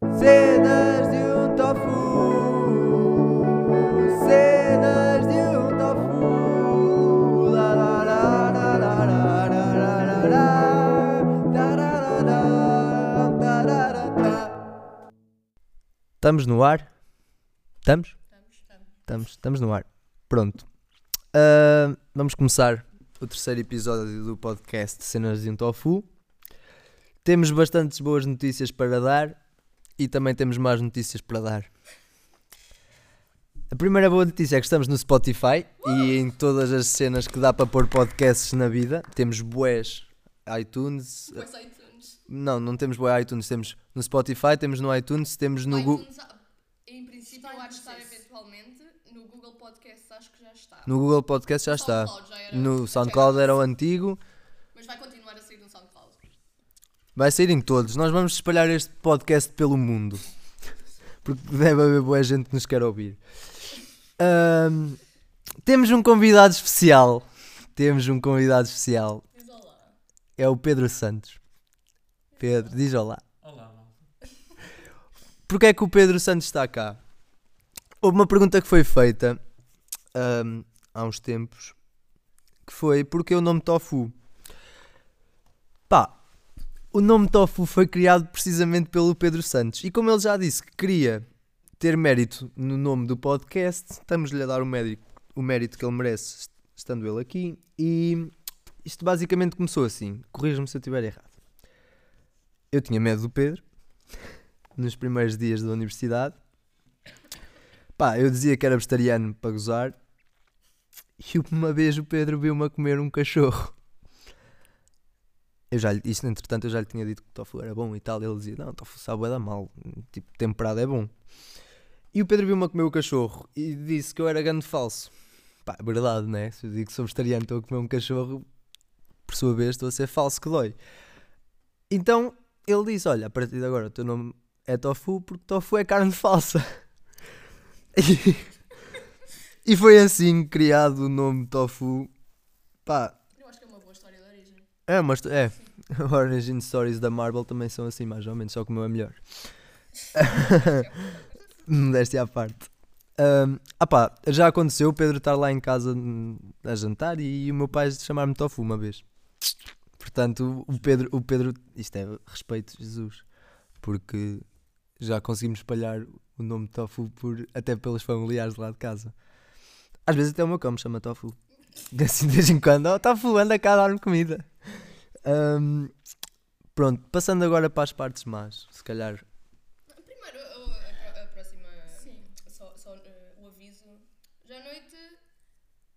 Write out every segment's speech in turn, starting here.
Cenas de um tofu. Cenas de um tofu. Lá, lá, lá, lá, lá, lá, lá, lá, lá, lá. Tararará, tararará. Estamos no ar? Estamos? Estamos, estamos no ar. Pronto. Ah, vamos começar o terceiro episódio do podcast Cenas de um Tofu. Temos bastantes boas notícias para dar e também temos más notícias para dar. A primeira boa notícia é que estamos no Spotify e em todas as cenas que dá para pôr podcasts na vida. Temos bués iTunes. Pois iTunes. Não, não temos bué iTunes, temos no Spotify, temos no iTunes, temos no Google. iTunes, ah, em princípio, Está em eu acho que está processo. eventualmente. No Google Podcasts acho que já está. No Google Podcast já está. SoundCloud já era- No já SoundCloud era- era o antigo. Mas vai continuar a sair no SoundCloud. Vai sair em todos. Nós vamos espalhar este podcast pelo mundo. Porque deve haver boa gente que nos quer ouvir. Ahm, temos um convidado especial. Temos um convidado especial. Diz olá. É o Pedro Santos. Pedro, diz olá. Olá, malta. Porquê é que o Pedro Santos está cá? Houve uma pergunta que foi feita ahm, há uns tempos que foi porquê o nome Tofu? Pá, o nome Tofu foi criado precisamente pelo Pedro Santos e como ele já disse que queria ter mérito no nome do podcast, estamos-lhe a dar o mérito, o mérito que ele merece est- estando ele aqui e isto basicamente começou assim, corrija-me se eu estiver errado. Eu tinha medo do Pedro nos primeiros dias da universidade. Pá, eu dizia que era vegetariano para gozar. E uma vez o Pedro viu-me a comer um cachorro. Eu já lhe, isto, entretanto, eu já lhe tinha dito que o tofu era bom e tal. Ele dizia: Não, tofu sabe é da mal. Tipo, temperado é bom. E o Pedro viu-me a comer o cachorro e disse que eu era grande falso. Pá, é verdade, né? Se eu digo que sou vegetariano e estou a comer um cachorro, por sua vez, estou a ser falso que dói. Então ele disse: Olha, a partir de agora o teu nome é tofu porque tofu é carne falsa. E, e foi assim criado o nome tofu. Pá, Eu acho que é uma boa história de origem. é, mas é. Origin Stories da Marvel também são assim, mais ou menos, só que o meu é melhor. Modéstia à é parte. Ahm, ah pá, já aconteceu o Pedro estar lá em casa hum, a jantar e, o meu pai chamar-me tofu uma vez. Portanto, o Pedro, o Pedro, isto é respeito Jesus, porque já conseguimos espalhar o nome tofu por, até pelos familiares lá de casa. Às vezes até o meu cão me chama tofu. Assim, de vez em quando, oh, tofu, anda cá a dar-me comida. Ahm, pronto, passando agora para as partes más, se calhar. Primeiro, a, a- a próxima. Sim. Só, só, eh, o aviso. Já à noite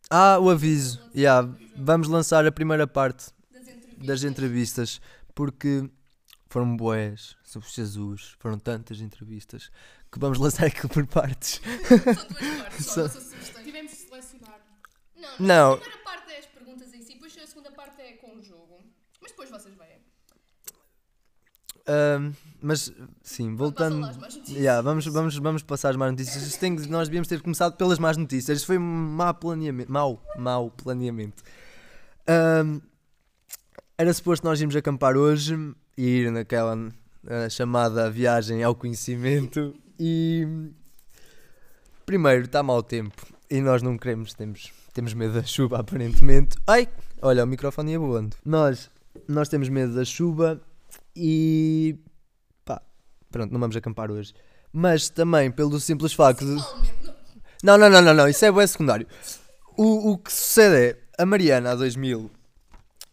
Ah, o aviso. Yeah, vamos lançar a primeira parte das entrevistas. das entrevistas, porque foram boés, sobre Jesus, foram tantas entrevistas que vamos lançar aquilo por partes. São duas partes, só, Só- não se assustem. Tivemos de selecionar. Não, Não. A primeira parte é as perguntas em si, depois a segunda parte é com o jogo. Mas depois vocês veem. Ahm, mas, sim, Passam lá voltando. as más notícias. Yeah, vamos, vamos, vamos passar as más notícias. Isto tem que- nós devíamos ter começado pelas más notícias. Isto foi um má planeamento. Mau, mau planeamento. Ahm, era suposto nós irmos acampar hoje e ir naquela ah, chamada viagem ao conhecimento. E. Primeiro, está mau tempo e nós não queremos, temos, temos medo da chuva aparentemente. Ai! Olha, o microfone ia voando. Nós, nós temos medo da chuva e. pá, pronto, não vamos acampar hoje. Mas também pelo simples facto de. Realmente, não- Não, não, não, não, não, isso é bué secundário. O, o que sucede é, a Mariana, a 2000,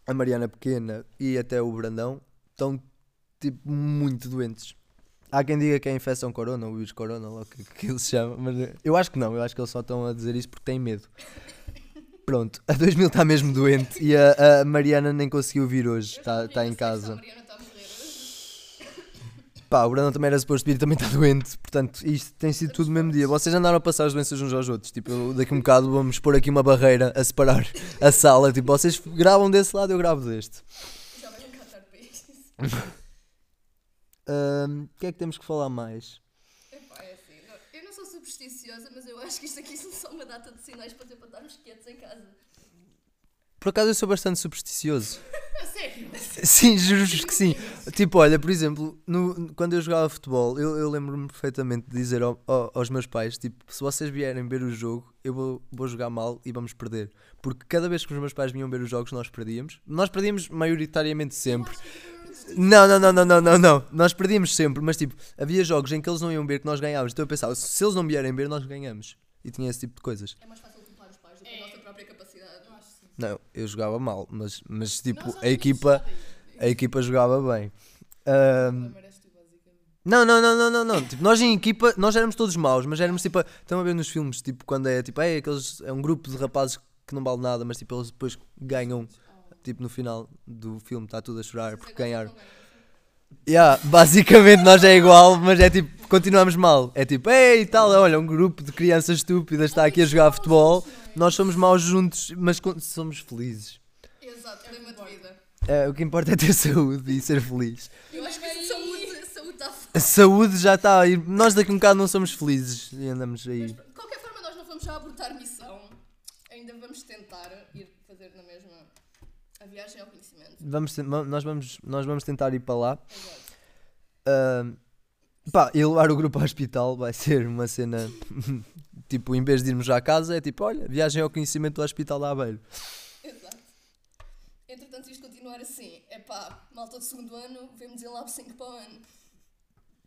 a Mariana pequena e até o Brandão estão, tipo, muito doentes. Há quem diga que é infecção corona, ou vírus corona, ou lá o que, que eles chamam, mas eh, eu acho que não, eu acho que eles só estão a dizer isso porque têm medo. Pronto, a 2000 está mesmo doente e a, a Mariana nem conseguiu vir hoje, Eu está já está em morri, eu sei que casa. A Mariana está a morrer. Pá, o Brandon também era suposto vir e também está doente. Portanto, isto tem sido tudo no mesmo dia. Vocês andaram a passar as doenças uns aos outros. Tipo, eu, daqui a um bocado vamos pôr aqui uma barreira a separar a sala. Tipo, vocês gravam desse lado, eu gravo deste. Já vai me catar para isto. Ahm, O que é que temos que falar mais? Epá, é assim. não- eu não sou supersticiosa, mas eu acho que isto aqui são só uma data de sinais para ter para estarmos quietos em casa. Por acaso eu sou bastante supersticioso. A É sério? Sim, juro-vos que sim. Tipo, olha, por exemplo, no- quando eu jogava futebol, eu, eu lembro-me perfeitamente de dizer ao- ao- aos meus pais: tipo, se vocês vierem ver o jogo, eu vou, vou jogar mal e vamos perder. Porque cada vez que os meus pais vinham ver os jogos, nós perdíamos. Nós perdíamos maioritariamente sempre. Não, não, não, não, não, não, não. Nós perdíamos sempre, mas tipo, havia jogos em que eles não iam ver que nós ganhávamos. Então eu pensava: se eles não vierem ver, nós ganhamos. E tinha esse tipo de coisas. É mais fácil culpar os pais do que a nossa própria capacidade. É. Eu acho sim. Não, eu jogava mal, mas, mas tipo, Nós não a temos equipa, nada a equipa jogava bem. Ahm, Amares tu, basicamente. não, não, não, não, não, não. Tipo, nós em equipa, nós éramos todos maus, mas éramos tipo. a- Estão a ver nos filmes, tipo, quando é tipo, é, aqueles, é um grupo de rapazes que não vale nada, mas tipo, eles depois ganham. Tipo, no final do filme está tudo a chorar porque ganharam. Yeah, basicamente nós é igual, mas é tipo, continuamos mal. É tipo, ei tal, olha, um grupo de crianças estúpidas está aqui a jogar futebol, nós somos maus juntos, mas con- somos felizes. Exato, problema de vida. É, o que importa é ter saúde e ser feliz. Eu acho que a saúde, a saúde está foda. A saúde já está aí. Nós daqui a um bocado não somos felizes e andamos Mas aí. de qualquer forma, nós não vamos já abortar missão. Ainda vamos tentar ir fazer na mesma a viagem ao conhecimento. Vamos, te- va- nós, vamos, nós vamos tentar ir para lá. Exato. Ahm, pá, e levar o grupo ao hospital vai ser uma cena. tipo, em vez de irmos já à casa, é tipo, olha, viagem ao conhecimento do hospital da Aveiro. Exato. Entretanto, se isto continuar assim, é pá, malta do segundo ano, vemos em Lab 5 para o ano.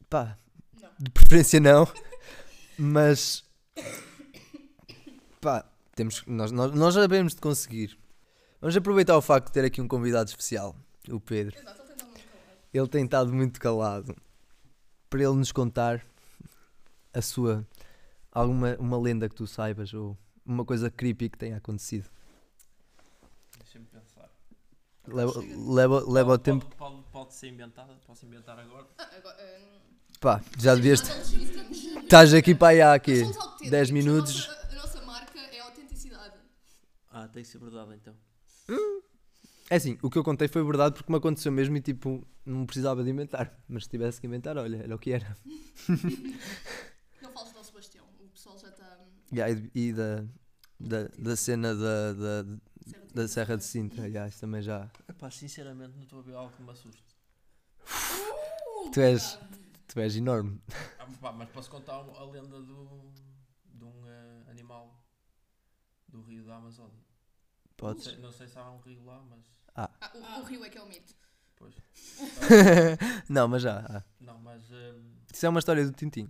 Pá, Não. de preferência não. Mas. Pá, temos, nós, nós, nós sabemos de conseguir. Vamos aproveitar o facto de ter aqui um convidado especial, o Pedro. Exato, ele tenta muito calar. Ele tem estado muito calado para ele nos contar a sua alguma uma lenda que tu saibas ou uma coisa creepy que tenha acontecido. Deixa-me pensar. Leva, leva, leva o Pode- tempo. Pode, pode ser inventada, posso inventar agora. Ah, agora. hum, Pá, já devias. nós somos autênticos. Estás aqui para aí há Nós aqui somos autênticos. 10 A minutos. nossa- A nossa marca é a autenticidade. Ah, tem que ser verdade então. É assim, o que eu contei foi verdade porque me aconteceu mesmo e tipo, não precisava de inventar. Mas se tivesse que inventar, olha, era o que era. Não fales do Sebastião, o pessoal já está. hum, Ya, e e da, da, da cena da, da, certo. da Serra de Sintra, ya, isso também já. Epá, sinceramente não estou a ver algo que me assuste. Uh! Tu és, tu és enorme. Ah, pá, mas posso contar um- a lenda do, de um eh, animal do rio da Amazónia. Não Podes. sei, não sei se há um rio lá, mas. Ah, o, o Rio é que é o mito. Pois. não, mas já. há. Não, mas. ehm, Isso é uma história do Tintim,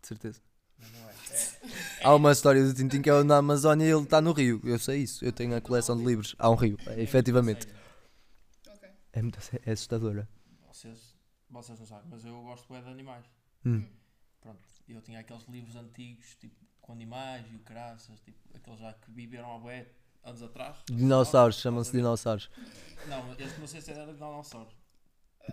de certeza. não, não é. É, Há uma história do Tintim que é na Amazónia e ele está no rio. Eu sei isso. Eu tenho a coleção de livros. Há um rio, é, é efetivamente. muito Ok. É, muito, ass- é assustadora. sério. Vocês, vocês não sabem, mas eu gosto bué de animais. Hum. Pronto, eu tinha aqueles livros antigos, tipo, com animais e o caraças, tipo, aqueles já que viveram há bué anos atrás. Dinossauros, chamam-se dinossauros. Não, este não sei se era de dinossauro.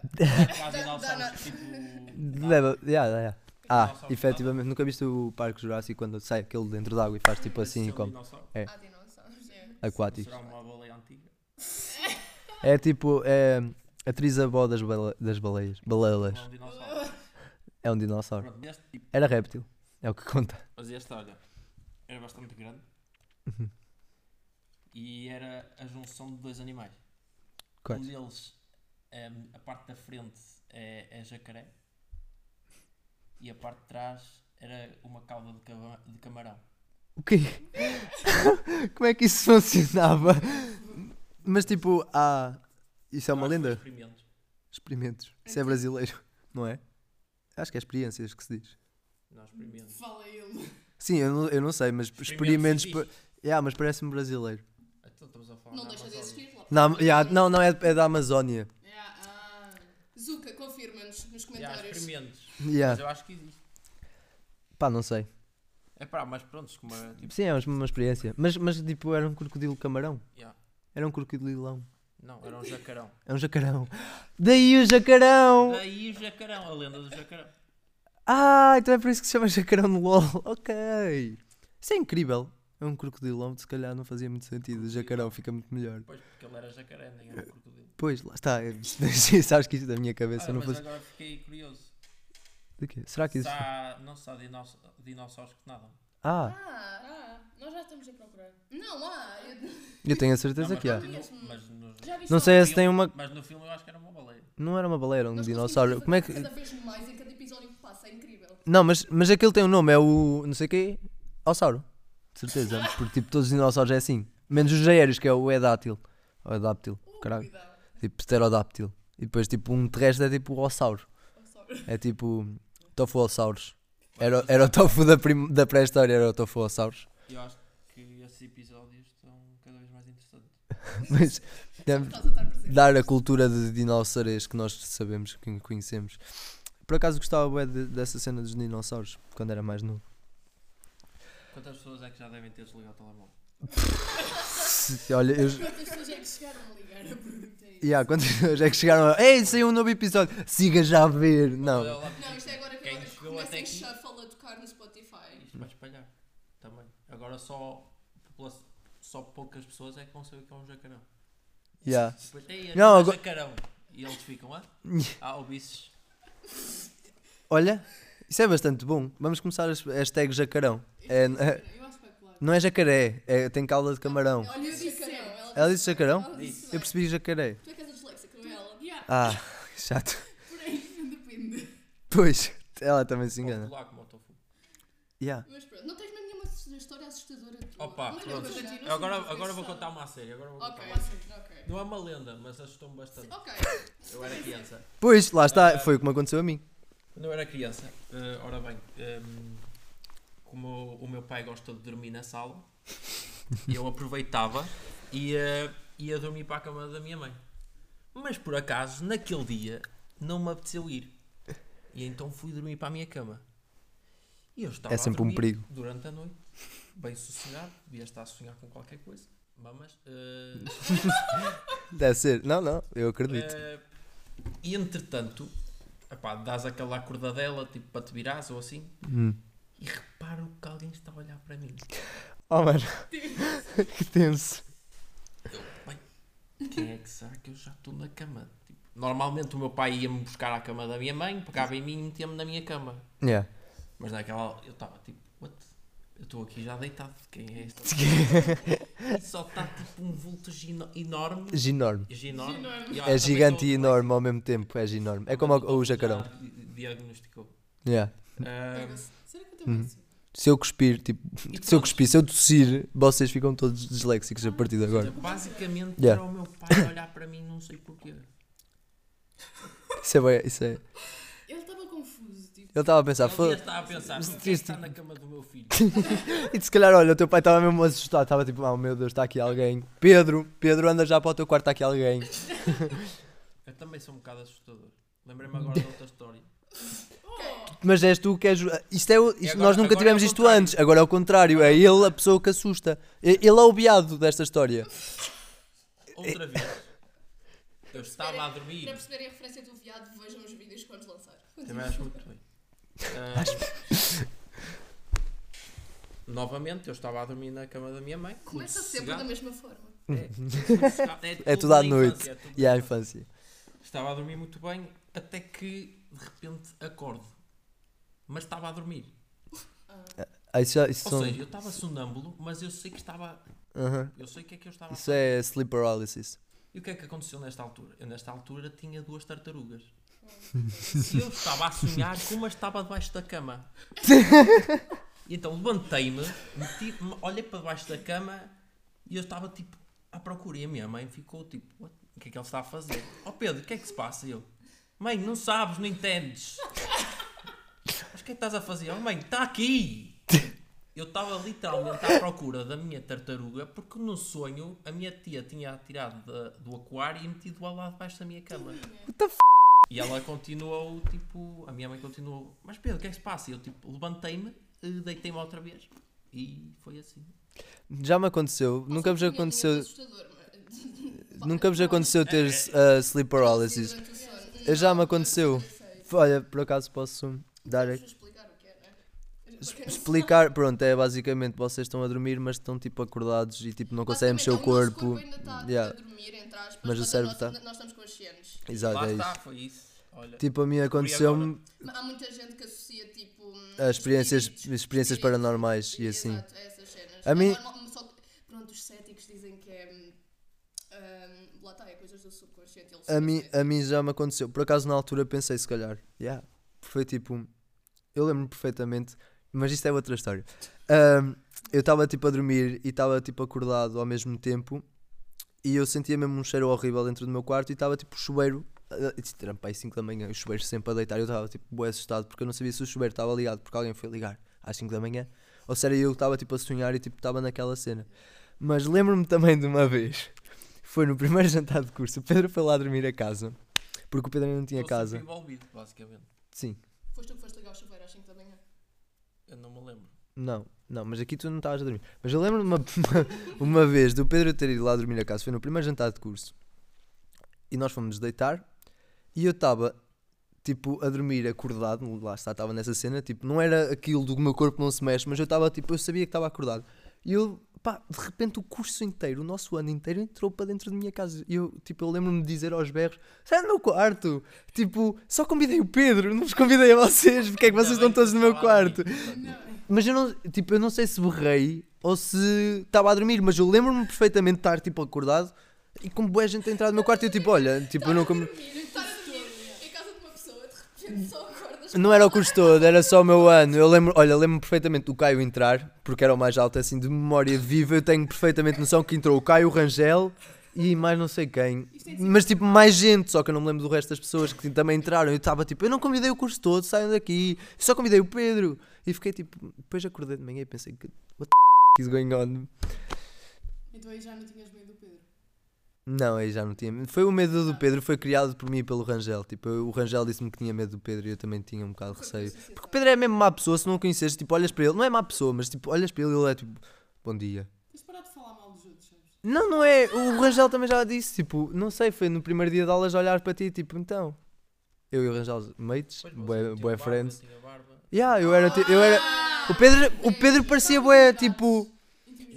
Da- Caso dana- dinossauros, tipo. Deve, yeah, yeah, yeah. Ah, Dinossauro. efetivamente. Nunca viste o Parque Jurássico quando sai aquele dentro d'água e faz tipo assim Isso é um com dinossauro? Há dinossauros. é. aquáticos. Será uma baleia antiga? É tipo, é a trisabó das, bale- das baleias. Balelas. Não, um dinossauro. É um dinossauro. Pronto, este tipo. Era réptil. É o que conta. Mas este, olha, era bastante grande. Uhum. E era a junção de dois animais. Um Quais? deles, ehm, a parte da frente é, é jacaré. E a parte de trás era uma cauda de, cava- de camarão. O quê? Como é que isso funcionava? Mas tipo, há. Isso é uma Eu acho que foi lenda? experimento. Experimentos. Isso é brasileiro, não é? Acho que é experiências que se diz. Não, experimento. Fala ele. Sim, eu não, eu não sei, mas experimentos. Experimentos pa- Yeah, mas parece-me brasileiro. Então estamos a falar Não na deixa de Amazónia. existir lá. Não, yeah, não, não é, é da Amazónia. É, ah. Zuka, confirma-nos nos Já, comentários. experimentos. Mas Yeah. eu acho que existe. Pá, não sei. É pá, mas pronto, como é, tipo, Sim, é uma uma experiência. Mas, mas tipo, era um crocodilo camarão. yeah. Era um crocodilão. não, era um jacarão. É um jacarão. Daí o jacarão! Daí o jacarão, a lenda do jacarão. Ah, então é por isso que se chama jacarão no LOL. Ok. Isso é incrível. É um crocodilão, se calhar não fazia muito sentido. O jacarão fica muito melhor. Pois, porque ele era jacaré, nem era crocodilo. Pois, lá está. É, Sabes que isso da minha cabeça Olha, não Ah, mas fosse. agora fiquei curioso. De quê? Será que Se isso. há, não se há dinossau- dinossauros que nadam. Ah, Ah, Ah, nós já estamos a procurar. Não há. Eu... Eu tenho a certeza mas é que há. continua- Mesmo. Mas, nos- Já viste Não sei algum- se tem uma. mas no filme eu acho que era uma baleia. Não era uma baleia, era um Nós dinossauro. conseguimos Como é que. fazer Cada vez mais em cada episódio que passa, é incrível. Não, mas, mas aquele tem um nome, é o. não sei o quê. Ossauro. De certeza. Porque tipo, todos os dinossauros é assim. Menos os aéreos, que é o edátil. O edáptil. Caralho. Cuidado. Tipo pterodáptil. E depois tipo um terrestre é tipo o ossauro. I'm sorry. É tipo. Tofuossauros. Era, era o tofu da, prim- da pré-história, era o tofuossauros. Eu acho que esses episódios estão cada vez mais interessantes. Mas. tem- Estás a estar presente. dar a cultura de dinossauros que nós sabemos, que conhecemos. Por acaso gostava bué de- dessa cena dos dinossauros, quando era mais novo. Quantas pessoas é que já devem ter desligado o telemóvel? Se- Olha, eu, Quantas pessoas é que chegaram a ligar a perguntar isso? yeah, quantas pessoas é que chegaram a... Ei, saiu um novo episódio! Siga já a ver! Não, Olha lá, Não, isto é agora que Quem agora chegou começa até em aqui? shuffle a tocar no Spotify. É Isto vai espalhar também. Agora só, popula- só poucas pessoas é que vão saber o que é um jacarão. yeah. Depois, "Ei, é Não, um agora- jacarão. E eles ficam, ah? Ah, obices. olha, isso é bastante bom. Vamos começar as hashtag jacarão. É, é- Eu acho que vai colar. não é jacaré, é, tem cauda de camarão. é Olha, eu disse Jacarão. jacarão. Ela disse jacarão? Ela disse Ah, Eu bem. percebi jacaré. Tu é que és a disléxica, não é ela? Yeah, Ah, chato. por aí depende. Pois, ela também se Ou engana. colar como o tofu. Yeah. Mas pronto, não tens mesmo nenhuma história assustadora tua. é Opa, Olha, pronto. eu já- Continua. Eu Agora, Não sei agora se vou sabe. contar uma a sério. Agora vou contar Ok, uma Ah. a sério. ok. Não é uma lenda, mas assustou-me bastante. Ok, então Eu era criança. Pois, lá está, foi o que me aconteceu a mim. Quando eu era criança, eh, ora bem, ehm, como o meu pai gosta de dormir na sala, eu aproveitava e eh, ia dormir para a cama da minha mãe. Mas por acaso, naquele dia, não me apeteceu ir. E então fui dormir para a minha cama. E eu estava É sempre a um dormir perigo. durante a noite, bem sossegado, devia estar a sonhar com qualquer coisa, mamas. eh, Deve ser. Não, não, eu acredito. Eh, e entretanto, epá, dás aquela acordadela tipo para te virares ou assim Hum. e reparo que alguém está a olhar para mim. Oh, mano. que tenso. Quem é que será que eu já estou na cama? Tipo, normalmente o meu pai ia-me buscar à cama da minha mãe, pegava em mim e metia-me na minha cama. Yeah. Mas naquela eu estava tipo, what? Eu estou aqui já deitado, quem é este? e só está tipo um vulto gino- enorme. Ginorme. Ginorme. Ginorme. E, ó, É também gigante e tô- enorme ao mesmo tempo. É ginorme. É como o, o jacarão. Já di- Diagnosticou. Yeah. Ah, Será que eu Hum. também sou? Se eu cuspir, tipo, e se eu pronto. cuspir, se eu tossir, vocês ficam todos disléxicos a partir de agora. Basicamente Yeah. Tá era o meu pai a olhar para mim, não sei porquê. Isso é bem, isso é. Ele estava confuso, tipo. Eu estava a pensar, Ele devia foda estar a pensar, Mas "Por que é que isto- está na cama do meu filho? E se calhar, olha, o teu pai estava mesmo assustado. Estava tipo, ah, meu Deus, está aqui alguém. Pedro, Pedro, anda já para o teu quarto, está aqui alguém. Eu também sou um bocado assustador. Lembrei-me agora de outra história. Oh, Mas és tu que és. Isto é, o- isto- E agora- nós nunca agora é tivemos ao isto contrário. antes. Agora é o contrário. É ele a pessoa que assusta. É- Ele é o beado desta história. Outra vez. Eu estava a dormir. para perceberem a referência do viado, vejam os vídeos que vamos lançar. Também acho muito bem. Ah, novamente, eu estava a dormir na cama da minha mãe. Começa tudo sempre da sossegado. mesma forma. É, É tudo à na noite. infância, é tudo E na à infância. infância. Estava a dormir muito bem, até que de repente acordo. Mas estava a dormir. Ah, isso, já- isso Ou são- seja, eu estava sonâmbulo, mas eu sei que estava. Aham. Eu sei o que é que eu estava a Isso é sleep paralysis. E o que é que aconteceu nesta altura? Eu, nesta altura, tinha duas tartarugas. E eu estava a sonhar com uma estava debaixo da cama. E então levantei-me, meti- me- olhei para debaixo da cama e eu estava tipo à procura. E a minha mãe ficou tipo: "What? O que é que ele está a fazer? Ó Pedro, o que é que se passa? E eu: Mãe, não sabes, não entendes. Mas o que é que estás a fazer? Oh, mãe, está aqui! Eu estava literalmente à procura da minha tartaruga porque no sonho a minha tia tinha tirado da- do aquário e metido-a lá debaixo da minha cama. E ela continuou, tipo, a minha mãe continuou, mas Pedro, o que é que se passa? E Eu, tipo, levantei-me, eh, deitei-me outra vez e foi assim. Já me aconteceu. nunca vos aconteceu. é Nunca vos aconteceu É, ter uh, sleep paralysis. Já me aconteceu. F- Olha, por acaso posso dar Vamos aqui. explicar o que é, não é? Explicar, pronto, é basicamente vocês estão a dormir, mas estão tipo acordados e tipo não conseguem mexer o Basicamente, é nosso corpo. ainda está Yeah. a dormir, entre aspas, Mas o nós- cérebro tá- nós- está. Nós estamos conscientes. Exato, lá é está, isso. foi isso. Olha, Tipo, a mim aconteceu-me Há muita gente que associa tipo. hum, a experiências, espíritos, experiências espíritos, paranormais e assim. Exato, a essas cenas. A mim- normal- é, hum, A mim, a mim já me aconteceu. Por acaso, na altura, pensei, se calhar. Yeah. Foi tipo. Eu lembro-me perfeitamente, mas isto é outra história. Ahm, eu estava tipo a dormir e estava tipo acordado ao mesmo tempo e eu sentia mesmo um cheiro horrível dentro do meu quarto e estava tipo o chuveiro. ah, isto Era para aí 5 da manhã, o chuveiro sempre a deitar. Eu estava tipo bué assustado porque eu não sabia se o chuveiro estava ligado porque alguém foi ligar às 5 da manhã ou se era eu que estava tipo a sonhar e tipo estava naquela cena. Mas lembro-me também de uma vez, foi no primeiro jantar de curso, o Pedro foi lá dormir a casa porque o Pedro ainda não tinha Estou sempre casa. envolvido, basicamente. Sim. Foste tu que foste ligar o chuveiro às 5 da manhã. Eu não me lembro. Não, não, mas aqui tu não estavas a dormir. Mas eu lembro-me uma, uma, uma vez do Pedro ter ido lá dormir a casa, foi no primeiro jantar de curso. E nós fomos deitar e eu estava, tipo, a dormir acordado, lá está, estava nessa cena, tipo, não era aquilo do que o meu corpo não se mexe, mas eu estava, tipo, eu sabia que estava acordado. E eu, pá, de repente o curso inteiro, o nosso ano inteiro entrou para dentro da minha casa. E eu, tipo, eu lembro-me de dizer aos berros, sai do meu quarto, tipo, só convidei o Pedro, não vos convidei a vocês, porque é que Ainda vocês bem estão que todos no meu estava a quarto? dormir. Mas eu não, tipo, eu não sei se berrei ou se estava a dormir, mas eu lembro-me perfeitamente de estar tipo acordado e com boa gente a entrar no meu quarto e eu tipo, olha, tipo, eu não como... Estar a dormir em casa de uma pessoa, de repente só acordas. Não era o curso todo, era só o meu ano. Eu lembro, olha, lembro-me perfeitamente do Caio entrar, porque era o mais alto, assim, de memória viva. Eu tenho perfeitamente noção que entrou o Caio, o Rangel e mais não sei quem. Mas tipo, mais gente, só que eu não me lembro do resto das pessoas que também entraram. Eu estava tipo, eu não convidei o curso todo, saiam daqui. Só convidei o Pedro. E fiquei tipo, depois acordei de manhã e pensei que, what the f is going on? Então aí já não tinhas medo do Pedro. Não, aí já não tinha. Foi o medo do Pedro, foi criado por mim e pelo Rangel. Tipo, eu- o Rangel disse-me que tinha medo do Pedro e eu também tinha um bocado de receio. Porque o Pedro é mesmo má pessoa, se não o conheces, tipo, olhas para ele, não é má pessoa, mas tipo, olhas para ele e ele é tipo, bom dia. Tens de parar de falar mal dos outros, sabes? Não, não é. O Rangel também já disse, tipo, não sei, foi no primeiro dia de aulas olhar para ti, tipo, então. Eu e o Rangel, mates, Pois, vocês bué tinham bué barba, friends. tinha barba. Yeah, eu era, ti- eu era. O Pedro, o Pedro parecia bué, tipo,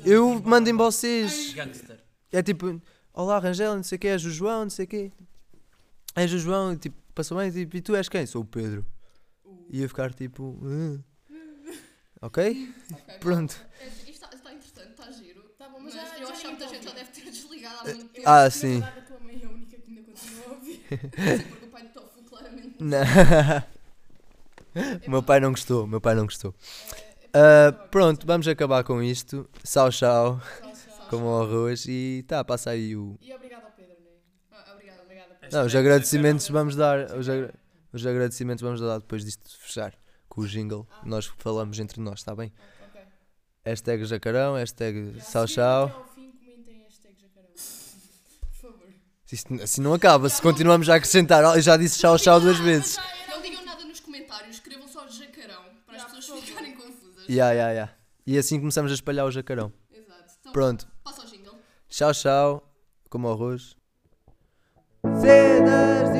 eu mando em vocês. Gangster. É tipo, olá Rangel, não sei o quê, és o João, não sei o quê. És o João, e, tipo, passou bem, tipo, e tu és quem? Sou o Pedro. E eu ficar tipo, "Ah." ok? Ok, Pronto. É, Isto está está interessante, está giro. Tá bom, Mas mas já, eu já acho ninguém que muita tá gente já ouvindo. deve ter desligado há muito tempo. Ah, Na sim. verdade, a tua mãe é a única que ainda continua a ouvir. Sim, porque o pai do Tofu claramente não. Não. meu pai não gostou, meu pai não gostou. Ah, pronto, vamos acabar com isto. Tchau, tchau, Tchau, tchau. como o arroz. E tá, passa aí o. E obrigado ao Pedro, né? Ah, obrigada, obrigada. Não, os agradecimentos vamos dar. Os, agra- os agradecimentos vamos dar depois disto fechar com o jingle. Nós falamos entre nós, está bem? Ok. Hashtag Jacarão, hashtag Já, Sal se Chau. viram Até ao fim comentem hashtag jacarão. Por favor. Isto n- assim não acaba, se continuamos a acrescentar. Olha, Eu já disse Chau Chau Ah, duas vezes. Não digam nada nos comentários, escrevam só jacarão para as Já, por pessoas favor. ficarem confusas. Ya, ya, ya. E assim começamos a espalhar o Jacarão. Exato. Então, Pronto, Passa o jingle. Chau Chau, como arroz. Cenas um um